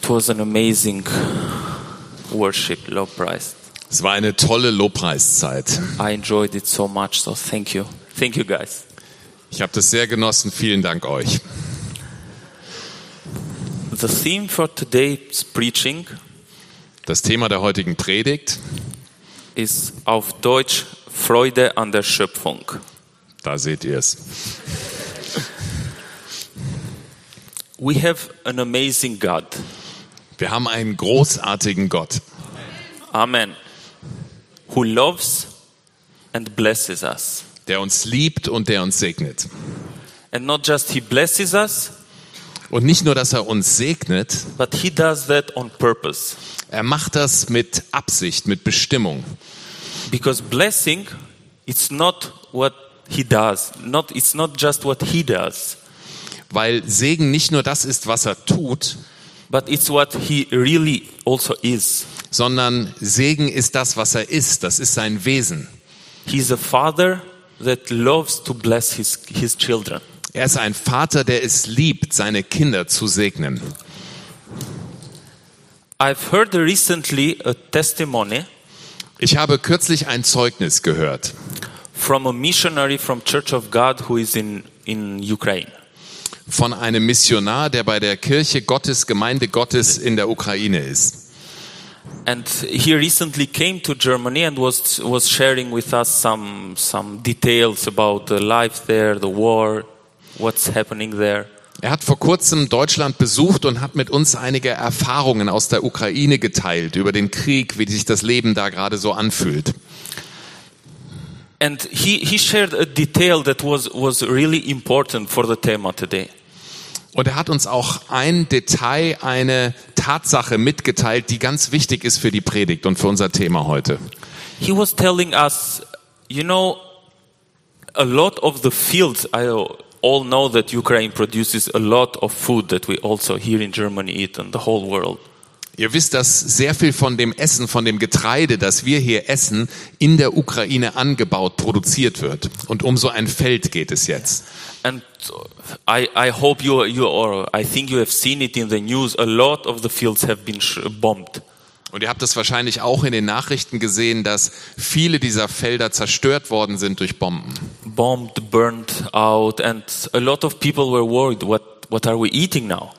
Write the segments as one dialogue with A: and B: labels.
A: It was an amazing worship, love prize.
B: Es war eine tolle Lobpreiszeit.
A: I enjoyed it so much, so thank you. Thank you guys.
B: Ich habe das sehr genossen. Vielen Dank euch.
A: The theme for today's preaching
B: Das Thema der heutigen Predigt,
A: ist auf Deutsch Freude an der Schöpfung.
B: da seht ihr es.
A: We have an amazing God.
B: Wir haben einen großartigen Gott,
A: Amen. Who loves and blesses us.
B: der uns liebt und der uns segnet.
A: And not just he blesses us,
B: Und nicht nur, dass er uns segnet,
A: but he does that on purpose.
B: er macht das mit Absicht, mit Bestimmung.
A: Because blessing it's not what he does. Not it's not just what he does,
B: Weil Segen nicht nur das ist, was er tut,
A: but it's what he really also is.
B: sondern Segen ist das, was er ist. Das ist sein Wesen.
A: He's a father that loves to bless his his children.
B: Er ist ein Vater, der es liebt, seine Kinder zu segnen.
A: I've heard recently a testimony
B: Ich habe kürzlich ein Zeugnis gehört
A: from a missionary from Church of God who is in, in Ukraine.
B: von einem Missionar, der bei der Kirche Gottes, Gemeinde Gottes in der Ukraine ist.
A: And he recently came to Germany and was, was sharing with us some, some details about the life there, the war, what's happening there.
B: Er hat vor kurzem Deutschland besucht und hat mit uns einige Erfahrungen aus der Ukraine geteilt über den Krieg, wie sich das Leben da gerade so anfühlt.
A: And he, he shared a detail that was, was really important for the tema today.
B: Und er hat uns auch ein Detail, eine Tatsache mitgeteilt, die ganz wichtig ist für die Predigt und für unser Thema heute.
A: He was telling us, you know, a lot of the fields, I all know that Ukraine produces a lot of food that we also here in Germany eat and the whole world.
B: Ihr wisst, dass sehr viel von dem Essen, von dem Getreide, das wir hier essen, in der Ukraine angebaut, produziert wird. Und um so ein Feld geht es jetzt.
A: And I, I hope you, you or I think you have seen it in the news. A lot of the fields have been sh- bombed.
B: Und ihr habt es wahrscheinlich auch in den Nachrichten gesehen, dass viele dieser Felder zerstört worden sind durch Bomben.
A: Bombed, burned out, and a lot of people were worried. What, what are we eating now?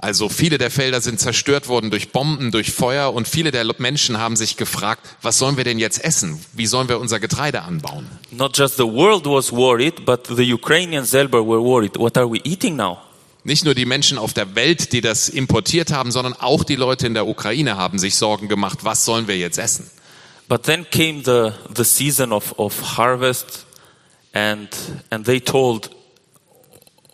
B: Also viele der Felder sind zerstört worden durch Bomben, durch Feuer und viele der Menschen haben sich gefragt, was sollen wir denn jetzt essen? Wie sollen wir unser Getreide anbauen?
A: Not just the world was worried, but the Ukrainians selber were worried. What are we eating now?
B: Nicht nur die Menschen auf der Welt, die das importiert haben, sondern auch die Leute in der Ukraine haben sich Sorgen gemacht, was sollen wir jetzt essen?
A: But then came the, the season of, of harvest, and, and they told,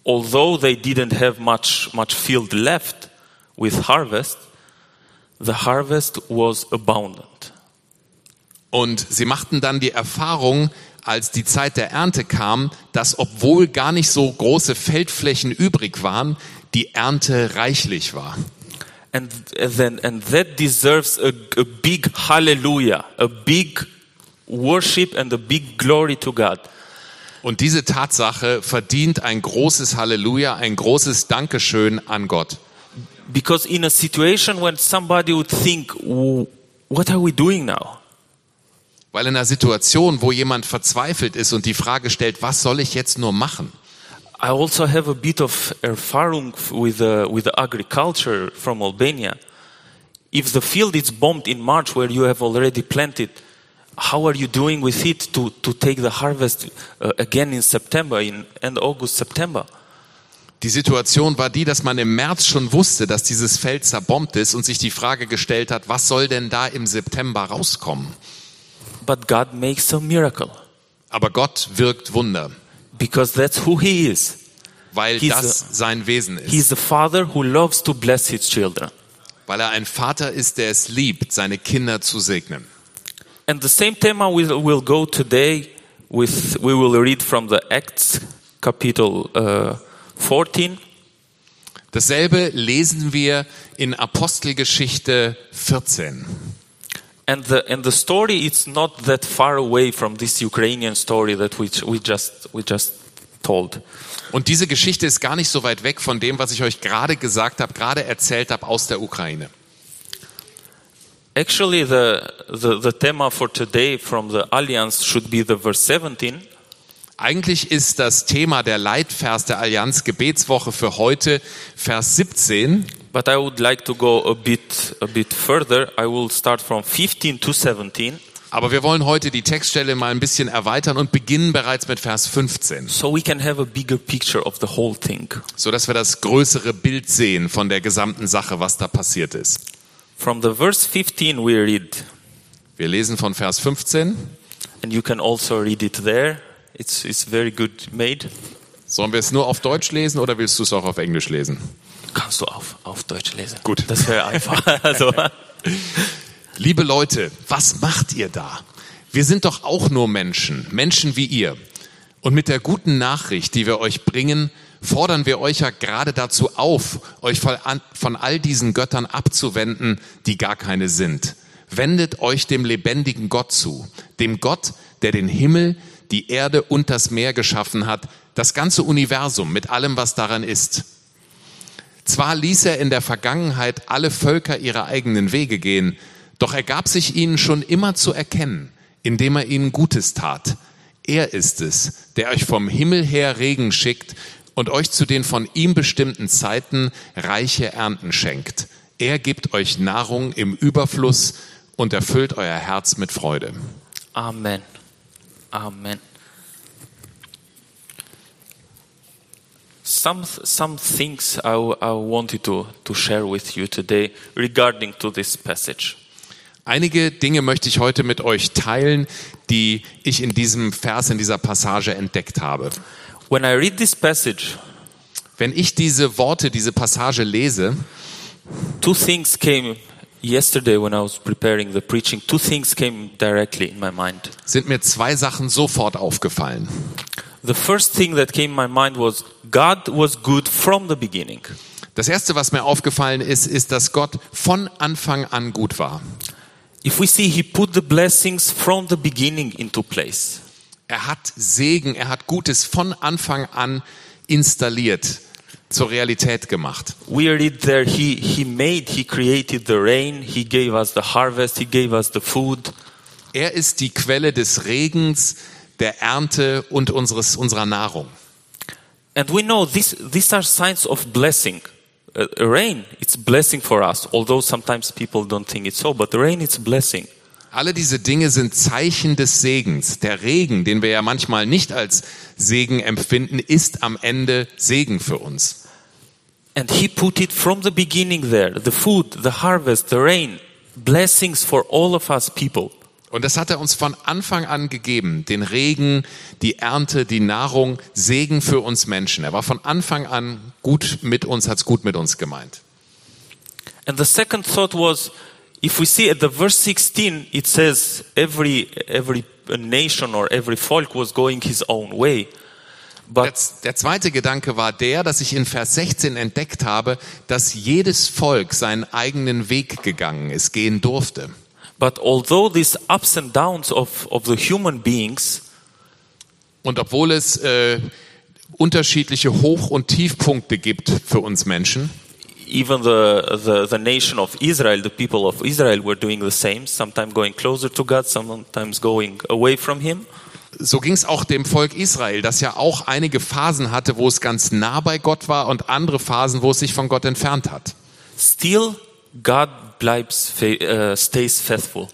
A: although they didn't have much, much field left with harvest, the harvest was abundant.
B: Und sie machten dann die Erfahrung, als die Zeit der Ernte kam, dass obwohl gar nicht so große Feldflächen übrig waren, die Ernte reichlich war.
A: And, and, then, and that deserves a, a big hallelujah, a big worship, and a big glory to God.
B: Und diese Tatsache verdient ein großes Halleluja, ein großes Dankeschön an Gott.
A: Because in a situation when somebody would think, "W- what are we doing now?
B: Weil in einer Situation, wo jemand verzweifelt ist und die Frage stellt, was soll ich jetzt nur machen?
A: I also have a bit of erfahrung f- with uh, with agriculture from Albania. If the field is bombed in March, where you have already planted, how are you doing with it to, to take the harvest uh, again in September, in end August, September?
B: Die Situation war die, dass man im März schon wusste, dass dieses Feld zerbombt ist und sich die Frage gestellt hat, was soll denn da im September rauskommen?
A: But God makes a miracle
B: Aber Gott wirkt Wunder,
A: because that's who He is.
B: weil
A: He's
B: das sein Wesen ist,
A: He's a father who loves to bless his children.
B: weil er ein Vater ist, der es liebt, seine Kinder zu segnen.
A: And the same tema we will go today with, we will read from the Acts, capital uh, 14.
B: Dasselbe lesen wir in Apostelgeschichte 14.
A: And the and the story it's not that far away from this Ukrainian story that we we just we just told.
B: Und diese Geschichte ist gar nicht so weit weg von dem, was ich euch gerade gesagt habe, gerade erzählt habe aus der Ukraine.
A: Actually, the, the, the theme for today from the Alliance should be the verse 17,
B: Eigentlich ist das Thema der Leitvers der Allianz Gebetswoche für heute Vers 17.
A: but I would like to go a bit, a bit further. I will start from 15 to 17
B: Aber wir wollen heute die Textstelle mal ein bisschen erweitern und beginnen bereits mit Vers 15,
A: so we can have a bigger picture of the whole thing.
B: sodass wir das größere Bild sehen von der gesamten Sache, was da passiert ist.
A: From the verse 15, we read,
B: Wir lesen von Vers 15.
A: and you can also read it there. It's, it's very good made.
B: Sollen wir es nur auf Deutsch lesen oder willst du es auch auf Englisch lesen?
A: Kannst du auf, auf Deutsch lesen?
B: Gut.
A: Das wäre einfach. Also,
B: Liebe Leute, was macht ihr da? Wir sind doch auch nur Menschen, Menschen wie ihr. Und mit der guten Nachricht, die wir euch bringen, fordern wir euch ja gerade dazu auf, euch von an- von all diesen Göttern abzuwenden, die gar keine sind. Wendet euch dem lebendigen Gott zu, dem Gott, der den Himmel, die Erde und das Meer geschaffen hat, das ganze Universum mit allem, was daran ist. Zwar ließ er in der Vergangenheit alle Völker ihre eigenen Wege gehen, doch er gab sich ihnen schon immer zu erkennen, indem er ihnen Gutes tat. Er ist es, der euch vom Himmel her Regen schickt und euch zu den von ihm bestimmten Zeiten reiche Ernten schenkt. Er gibt euch Nahrung im Überfluss und erfüllt euer Herz mit Freude.
A: Amen. Amen. Some, some things I, I wanted to, to share with you today regarding to this passage.
B: Einige Dinge möchte ich heute mit euch teilen, die ich in diesem Vers, in dieser Passage entdeckt habe.
A: When I read this passage,
B: Wenn ich diese Worte, diese Passage lese,
A: two things came yesterday when I was preparing the preaching. Two things came directly in my mind.
B: sind mir zwei Sachen sofort aufgefallen.
A: The first thing that came in my mind was God was good from the beginning.
B: Das erste, was mir aufgefallen ist, ist, dass Gott von Anfang an gut war.
A: If we see, He put the blessings from the beginning into place.
B: Er hat Segen, er hat Gutes von Anfang an installiert, zur Realität gemacht.
A: We read there, he, he made, He created the rain, He gave us the harvest, He gave us the food.
B: Er ist die Quelle des Regens, der Ernte und unseres, unserer Nahrung.
A: And we know this, these are signs of blessing. Uh, rain, it's blessing for us, although sometimes people don't think it's so, but rain, it's blessing.
B: Alle diese Dinge sind Zeichen des Segens. Der Regen, den wir ja manchmal nicht als Segen empfinden, ist am Ende Segen für uns.
A: And he put it from the beginning there the food, the harvest, the rain, blessings for all of us people.
B: Und das hat er uns von Anfang an gegeben. Den Regen, die Ernte, die Nahrung, Segen für uns Menschen. Er war von Anfang an gut mit uns, hat's gut mit uns gemeint.
A: And the second thought was if we see at the verse 16, it says every, every nation or every folk was going his own way.
B: Der,
A: But
B: z- der zweite Gedanke war der, dass ich in Vers 16 entdeckt habe, dass jedes Volk seinen eigenen Weg gegangen ist, gehen durfte.
A: But although these ups and downs of, of the human beings,
B: Und obwohl es äh, unterschiedliche Hoch- und Tiefpunkte gibt für uns Menschen,
A: even the, the, the nation of Israel, the people of Israel were doing the same, sometimes going closer to God, sometimes going away from Him.
B: so ging es auch dem Volk Israel, das ja auch einige Phasen hatte, wo es ganz nah bei Gott war und andere Phasen, wo es sich von Gott entfernt hat.
A: Still, God bleibt, fa- uh, stays faithful.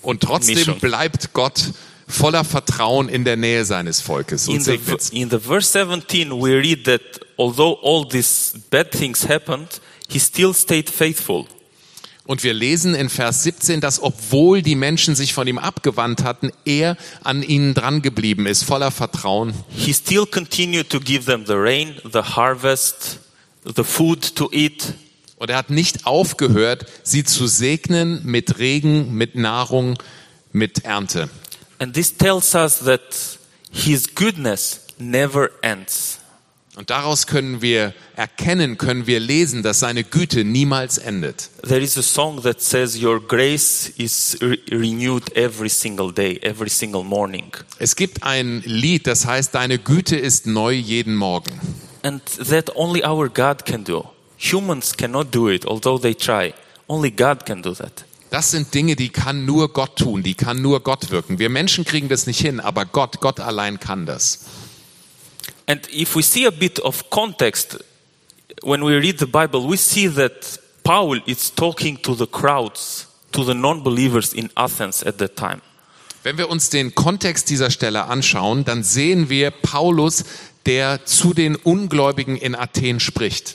B: Und trotzdem
A: Mischung.
B: bleibt Gott voller Vertrauen in der Nähe seines Volkes und
A: In the,
B: segnet.
A: in the verse 17, we read that although all these bad things happened, He still stayed faithful.
B: Und wir lesen in Vers 17, dass obwohl die Menschen sich von ihm abgewandt hatten, er an ihnen dran geblieben ist, voller Vertrauen.
A: He still continued to give them the rain, the harvest, the food to eat,
B: Und er hat nicht aufgehört, sie zu segnen mit Regen, mit Nahrung, mit Ernte.
A: And this tells us that his goodness never ends.
B: Und daraus können wir erkennen, können wir lesen, dass seine Güte niemals endet.
A: There is a song that says, Your grace is re- renewed every single day, every single morning.
B: Es gibt ein Lied, das heißt, deine Güte ist neu jeden Morgen.
A: And that only our God can do. Humans cannot do it, although they try. Only God can do that.
B: Das sind Dinge, die kann nur Gott tun, die kann nur Gott wirken. Wir Menschen kriegen das nicht hin, aber Gott, Gott allein kann das.
A: And if we see a bit of context, when we read the Bible, we see that Paul is talking to the crowds, to the non believers in Athens at that time.
B: Wenn wir uns den Kontext dieser Stelle anschauen, dann sehen wir Paulus, der zu den Ungläubigen in Athen spricht.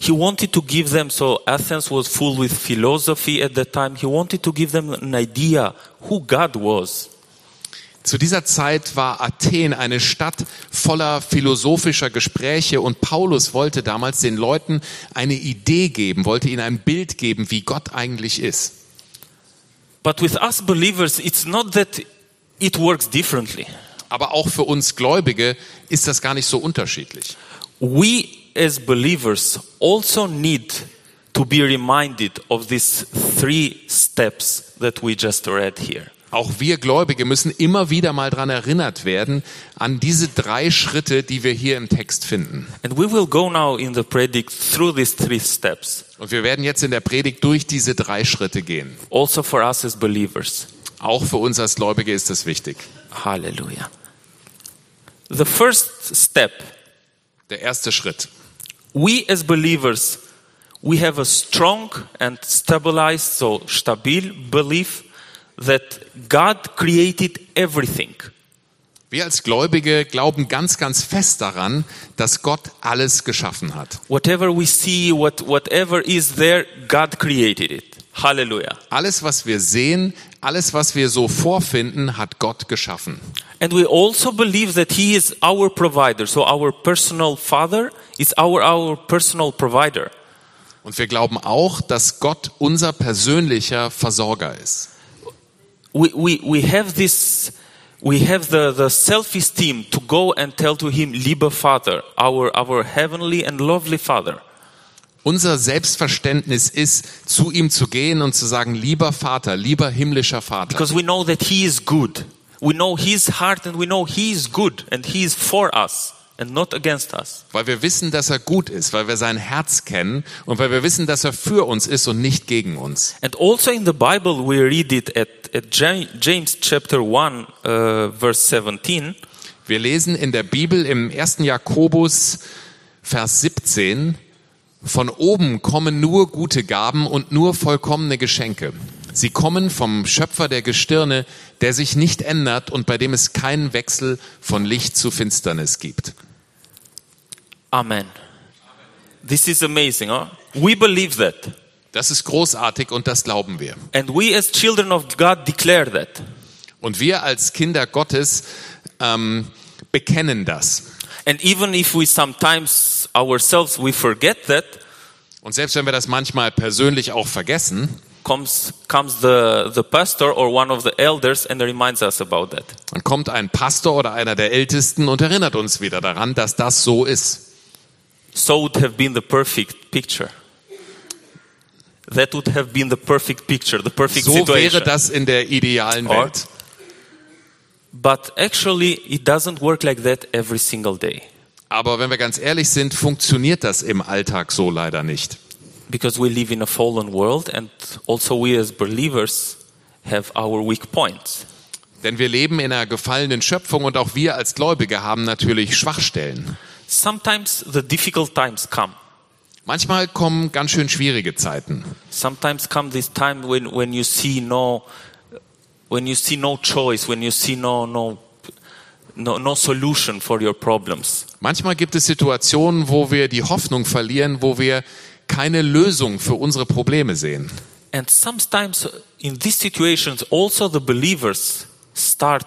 A: He wanted to give them, so Athens was full with philosophy at that time, he wanted to give them an idea who God was.
B: Zu dieser Zeit war Athen eine Stadt voller philosophischer Gespräche und Paulus wollte damals den Leuten eine Idee geben, wollte ihnen ein Bild geben, wie Gott eigentlich ist.
A: But with us believers, it's not that it works differently.
B: Aber auch für uns Gläubige ist das gar nicht so unterschiedlich.
A: We as believers also need to be reminded of these three steps that we just read here.
B: Auch wir Gläubige müssen immer wieder mal dran erinnert werden, an diese drei Schritte, die wir hier im Text finden.
A: And we will go now in the predict through these three steps,
B: Und wir werden jetzt in der Predigt durch diese drei Schritte gehen.
A: also for us as believers.
B: Auch für uns als Gläubige ist das wichtig.
A: Hallelujah. The first step,
B: Der erste Schritt.
A: we as believers, we have a strong and stabilized, so stabil belief that God created everything.
B: Wir als Gläubige glauben ganz, ganz fest daran, dass Gott alles geschaffen hat.
A: Whatever we see, what, whatever is there, God created it. Hallelujah.
B: Alles, was wir sehen, alles, was wir so vorfinden, hat Gott geschaffen.
A: And we also believe that He is our provider. So our personal Father is our, our personal provider.
B: Und wir glauben auch, dass Gott unser persönlicher Versorger ist.
A: We, we, we have this, we have the, the self-esteem to go and tell to Him, lieber Father, our, our heavenly and lovely Father.
B: Unser Selbstverständnis ist, zu ihm zu gehen und zu sagen, lieber Vater, lieber himmlischer Vater.
A: Because we know that He is good. We know His heart and we know He is good and He is for us and not against us.
B: Weil wir wissen, dass er gut ist, weil wir sein Herz kennen und weil wir wissen, dass er für uns ist und nicht gegen uns.
A: And also in the Bible, we read it at, at Ja- James chapter 1, uh, verse 17.
B: Wir lesen in der Bibel im 1. Jakobus Vers 17, von oben kommen nur gute Gaben und nur vollkommene Geschenke. Sie kommen vom Schöpfer der Gestirne, der sich nicht ändert und bei dem es keinen Wechsel von Licht zu Finsternis gibt.
A: Amen. This is amazing, huh? We believe that.
B: Das ist großartig und das glauben wir.
A: And we as children of God declare that.
B: Und wir als Kinder Gottes ähm, bekennen das.
A: And even if we sometimes ourselves we forget that,
B: Und selbst wenn wir das manchmal persönlich auch vergessen,
A: comes comes the, the pastor or one of the elders and reminds us about that.
B: dann kommt ein Pastor oder einer der Ältesten und erinnert uns wieder daran, dass das so ist.
A: So would have been the perfect picture. That would have been the perfect picture, the perfect
B: So wäre
A: situation.
B: das in der idealen Welt.
A: But actually, it doesn't work like that every single day.
B: Aber wenn wir ganz ehrlich sind, funktioniert das im Alltag so leider nicht.
A: because we live in a fallen world and also we as believers have our weak points
B: Denn wir leben in einer gefallenen Schöpfung und auch wir als Gläubige haben natürlich Schwachstellen.
A: sometimes the difficult times come
B: Manchmal kommen ganz schön schwierige Zeiten.
A: sometimes come this time when, when you see no when you see no choice when you see no no no, no solution for your problems
B: Manchmal gibt es Situationen, wo wir die Hoffnung verlieren, wo wir keine Lösung für unsere Probleme sehen.
A: and sometimes in these situations also the believers start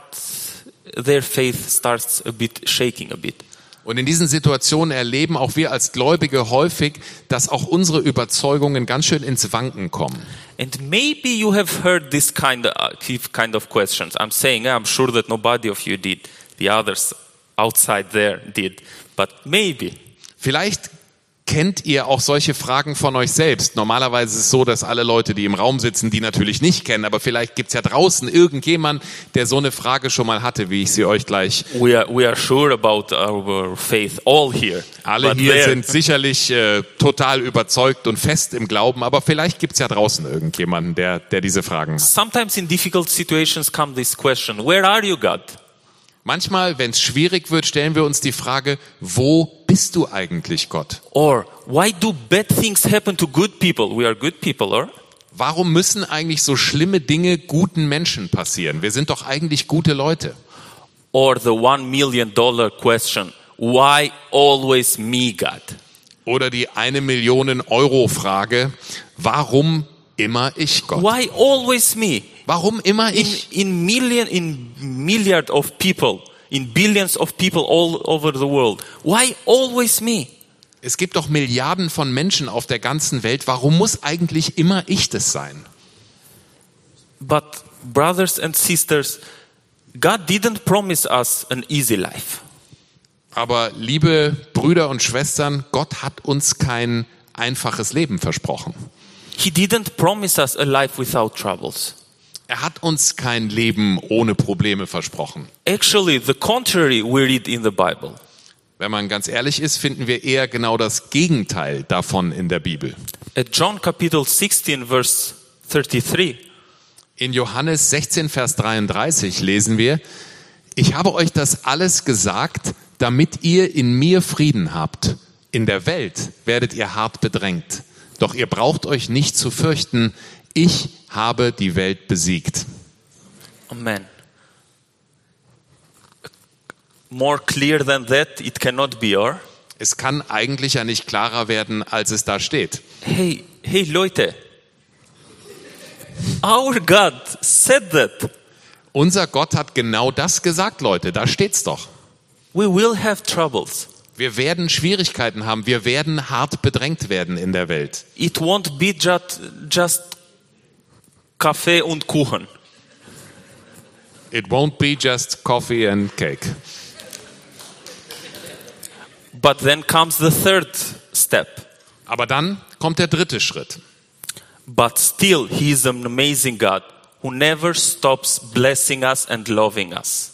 A: their faith starts a bit shaking a bit
B: Und in diesen Situationen erleben auch wir als Gläubige häufig, dass auch unsere Überzeugungen ganz schön ins Wanken kommen.
A: And maybe you have heard this kind of, uh, kind of questions. I'm saying, I'm sure that nobody of you did. The others outside there did. But maybe.
B: Vielleicht kennt ihr auch solche Fragen von euch selbst. Normalerweise ist es so, dass alle Leute, die im Raum sitzen, die natürlich nicht kennen, aber vielleicht gibt's ja draußen irgendjemand, der so eine Frage schon mal hatte, wie ich sie euch gleich.
A: We are, we are sure about our faith, all here.
B: Alle
A: But
B: hier
A: there-
B: sind sicherlich äh, total überzeugt und fest im Glauben, aber vielleicht gibt's ja draußen irgendjemanden, der, der diese Fragen hat.
A: Sometimes in difficult situations come this question, where are you God?
B: Manchmal, wenn es schwierig wird, stellen wir uns die Frage, wo bist du eigentlich Gott?
A: Or why do bad things happen to good people? We are good people, or?
B: Warum müssen eigentlich so schlimme Dinge guten Menschen passieren? Wir sind doch eigentlich gute Leute.
A: Or the one million dollar question, why always me, God?
B: Oder die eine Million Euro Frage, warum immer ich Gott?
A: Why always me?
B: Warum immer
A: In,
B: ich?
A: in million, in milliard of people, in billions of people all over the world, why always me?
B: Es gibt doch Milliarden von Menschen auf der ganzen Welt. Warum muss eigentlich immer ich das sein?
A: But brothers and sisters, God didn't promise us an easy life.
B: Aber liebe Brüder und Schwestern, Gott hat uns kein einfaches Leben versprochen.
A: He didn't promise us a life without troubles.
B: Er hat uns kein Leben ohne Probleme versprochen.
A: Actually, the contrary we read in the Bible.
B: Wenn man ganz ehrlich ist, finden wir eher genau das Gegenteil davon in der Bibel.
A: At John capital 16 verse 33,
B: In Johannes 16, Vers 33 lesen wir, ich habe euch das alles gesagt, damit ihr in mir Frieden habt. In der Welt werdet ihr hart bedrängt. Doch ihr braucht euch nicht zu fürchten. Ich habe die Welt besiegt.
A: amen. More clear than that, it cannot be, or?
B: Es kann eigentlich ja nicht klarer werden, als es da steht.
A: Hey, hey Leute, our God said that
B: Unser Gott hat genau das gesagt, Leute. Da steht's doch.
A: we will have troubles.
B: Wir werden Schwierigkeiten haben. Wir werden hart bedrängt werden in der Welt.
A: It won't be just, just Kaffee und Kuchen.
B: It won't be just coffee and cake.
A: But then comes the third step.
B: Aber dann kommt der dritte Schritt.
A: But still, He is an amazing God who never stops blessing us and loving us.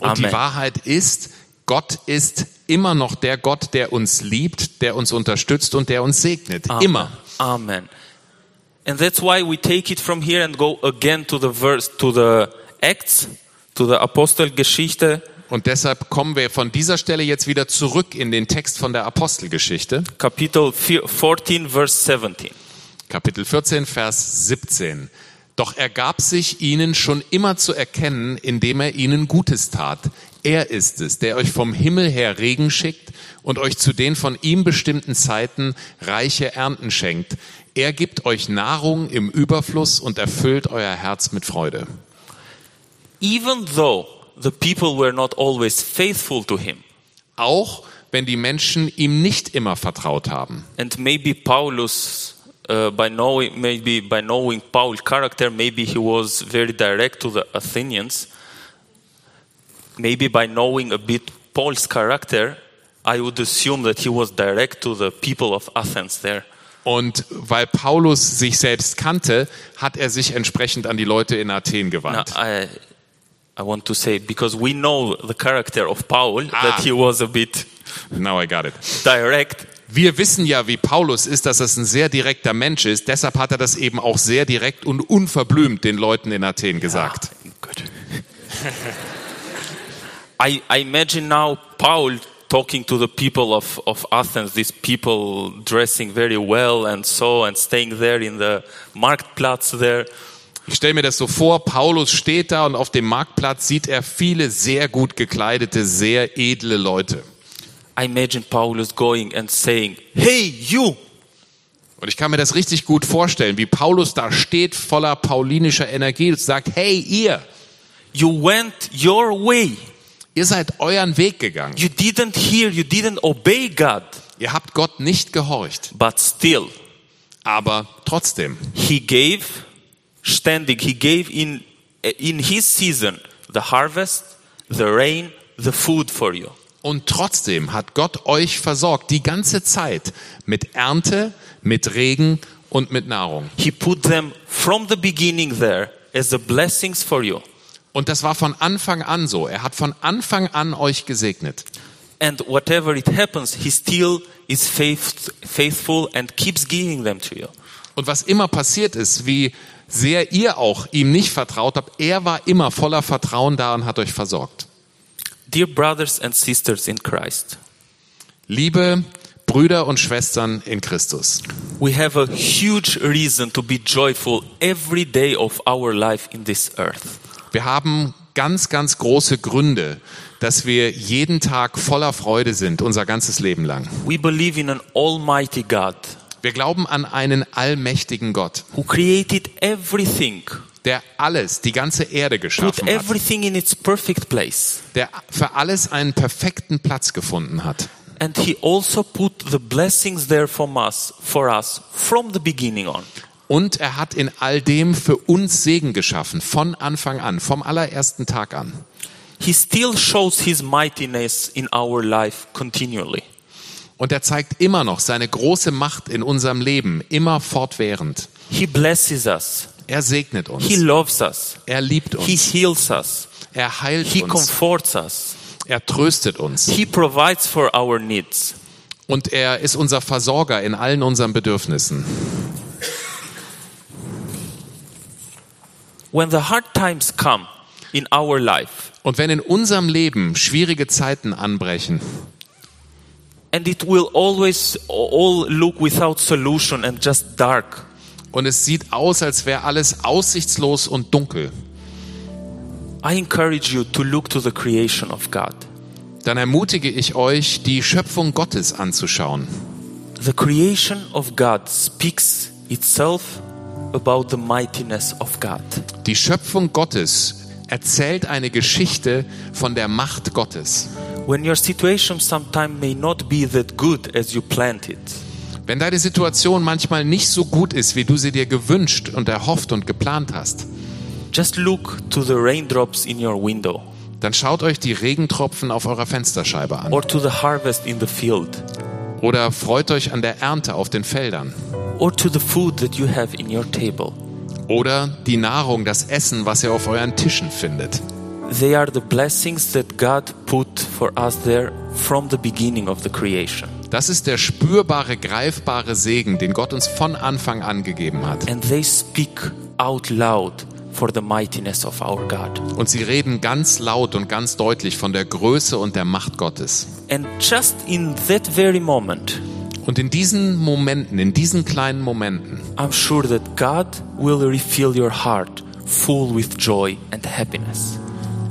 B: Und die
A: Amen.
B: Wahrheit ist, Gott ist immer noch der Gott, der uns liebt, der uns unterstützt und der uns segnet. Immer.
A: Amen. And that's why we take it from here and go again to the verse, to the Acts, to the Apostelgeschichte,
B: Und deshalb kommen wir von dieser Stelle jetzt wieder zurück in den Text von der Apostelgeschichte,
A: Kapitel 14, verse 17.
B: Kapitel 14, Vers 17. Doch er gab sich ihnen schon immer zu erkennen, indem er ihnen Gutes tat. Er ist es, der euch vom Himmel her Regen schickt und euch zu den von ihm bestimmten Zeiten reiche Ernten schenkt. Er gibt euch Nahrung im Überfluss und erfüllt euer Herz mit Freude.
A: Even though the people were not always faithful to Him,
B: Auch wenn die Menschen ihm nicht immer vertraut haben.
A: and maybe Paulus, uh, by knowing maybe by knowing Paul's character, maybe he was very direct to the Athenians. Maybe by knowing a bit Paul's character, I would assume that he was direct to the people of Athens there.
B: Und weil Paulus sich selbst kannte, hat er sich entsprechend an die Leute in Athen
A: Now,
B: gewandt.
A: I, I want to say because we know the character of Paul
B: Ah.
A: that he was a bit
B: Now I got it.
A: direct.
B: Wir wissen ja, wie Paulus ist, dass das ein sehr direkter Mensch ist. Deshalb hat er das eben auch sehr direkt und unverblümt den Leuten in Athen gesagt.
A: Ah, Good. I, I imagine now Paul talking to the people of, of Athens, these people dressing very well and so, and staying there in the marktplatz there.
B: Ich stelle mir das so vor, Paulus steht da und auf dem Marktplatz sieht er viele sehr gut gekleidete, sehr edle Leute.
A: I imagine Paulus going and saying, Hey, you!
B: Und ich kann mir das richtig gut vorstellen, wie Paulus da steht, voller paulinischer Energie und sagt, hey ihr,
A: You went your way.
B: ihr seid euren Weg gegangen.
A: You didn't hear, you didn't obey God.
B: Ihr habt Gott nicht gehorcht.
A: But still,
B: Aber trotzdem,
A: he gave standing he gave in in his season the harvest the rain the food for you
B: Und trotzdem hat Gott euch versorgt die ganze Zeit mit Ernte, mit Regen und mit Nahrung.
A: He put them from the beginning there as the blessings for you.
B: Und das war von Anfang an so. Er hat von Anfang an euch gesegnet.
A: And whatever it happens, He still is faith, faithful and keeps giving them to you.
B: Und was immer passiert ist, wie sehr ihr auch ihm nicht vertraut habt, er war immer voller Vertrauen da und hat euch versorgt.
A: Dear brothers and sisters in Christ,
B: Liebe Brüder und Schwestern in Christus,
A: we have a huge reason to be joyful every day of our life in this earth.
B: wir haben ganz, ganz große Gründe, dass wir jeden Tag voller Freude sind, unser ganzes Leben lang.
A: We believe in an almighty God
B: Wir glauben an einen allmächtigen Gott,
A: who created everything,
B: der alles, die ganze Erde
A: put
B: geschaffen hat,
A: everything in its perfect place.
B: der für alles einen perfekten Platz gefunden hat.
A: And he also put the blessings there from us, for us from the beginning on.
B: Und er hat in all dem für uns Segen geschaffen, von Anfang an, vom allerersten Tag an.
A: He still shows his mightiness in our life continually.
B: Und er zeigt immer noch seine große Macht in unserem Leben, immer fortwährend.
A: He blesses us.
B: Er segnet
A: He
B: uns.
A: loves us.
B: Er liebt
A: He
B: uns.
A: heals us.
B: Er heilt
A: He
B: uns.
A: comforts us.
B: Er tröstet uns.
A: He provides for our needs.
B: Und er ist unser Versorger in allen unseren Bedürfnissen.
A: When the hard times come in our life,
B: Und wenn in unserem Leben schwierige Zeiten anbrechen,
A: and it will always all look without solution and just dark,
B: und es sieht aus, als wäre alles aussichtslos und dunkel,
A: I encourage you to look to the creation of God.
B: dann ermutige ich euch, die Schöpfung Gottes anzuschauen.
A: The creation of God speaks itself about the mightiness of God.
B: Die Schöpfung Gottes erzählt eine Geschichte von der Macht Gottes.
A: When your situation sometime may not be that good as you planned it,
B: Wenn deine Situation manchmal nicht so gut ist, wie du sie dir gewünscht und erhofft und geplant hast,
A: just look to the raindrops in your window
B: dann schaut euch die Regentropfen auf eurer Fensterscheibe an
A: or to the harvest in the field
B: oder freut euch an der Ernte auf den Feldern
A: or to the food that you have in your table.
B: oder die Nahrung, das Essen, was ihr auf euren Tischen findet.
A: They are the blessings that God put for us there from the beginning of the creation.
B: Das ist der spürbare, greifbare Segen, den Gott uns von Anfang an gegeben hat.
A: And they speak out loud for the mightiness of our God.
B: Und sie reden ganz laut und ganz deutlich von der Größe und der Macht Gottes.
A: And just in that very moment,
B: Und in diesen Momenten, in diesen kleinen Momenten,
A: I'm sure that God will refill your heart full with joy and happiness.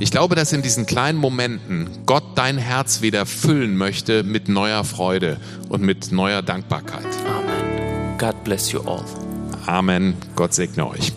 B: ich glaube, dass in diesen kleinen Momenten Gott dein Herz wieder füllen möchte mit neuer Freude und mit neuer Dankbarkeit.
A: Amen. God bless you all.
B: Amen. Gott segne euch.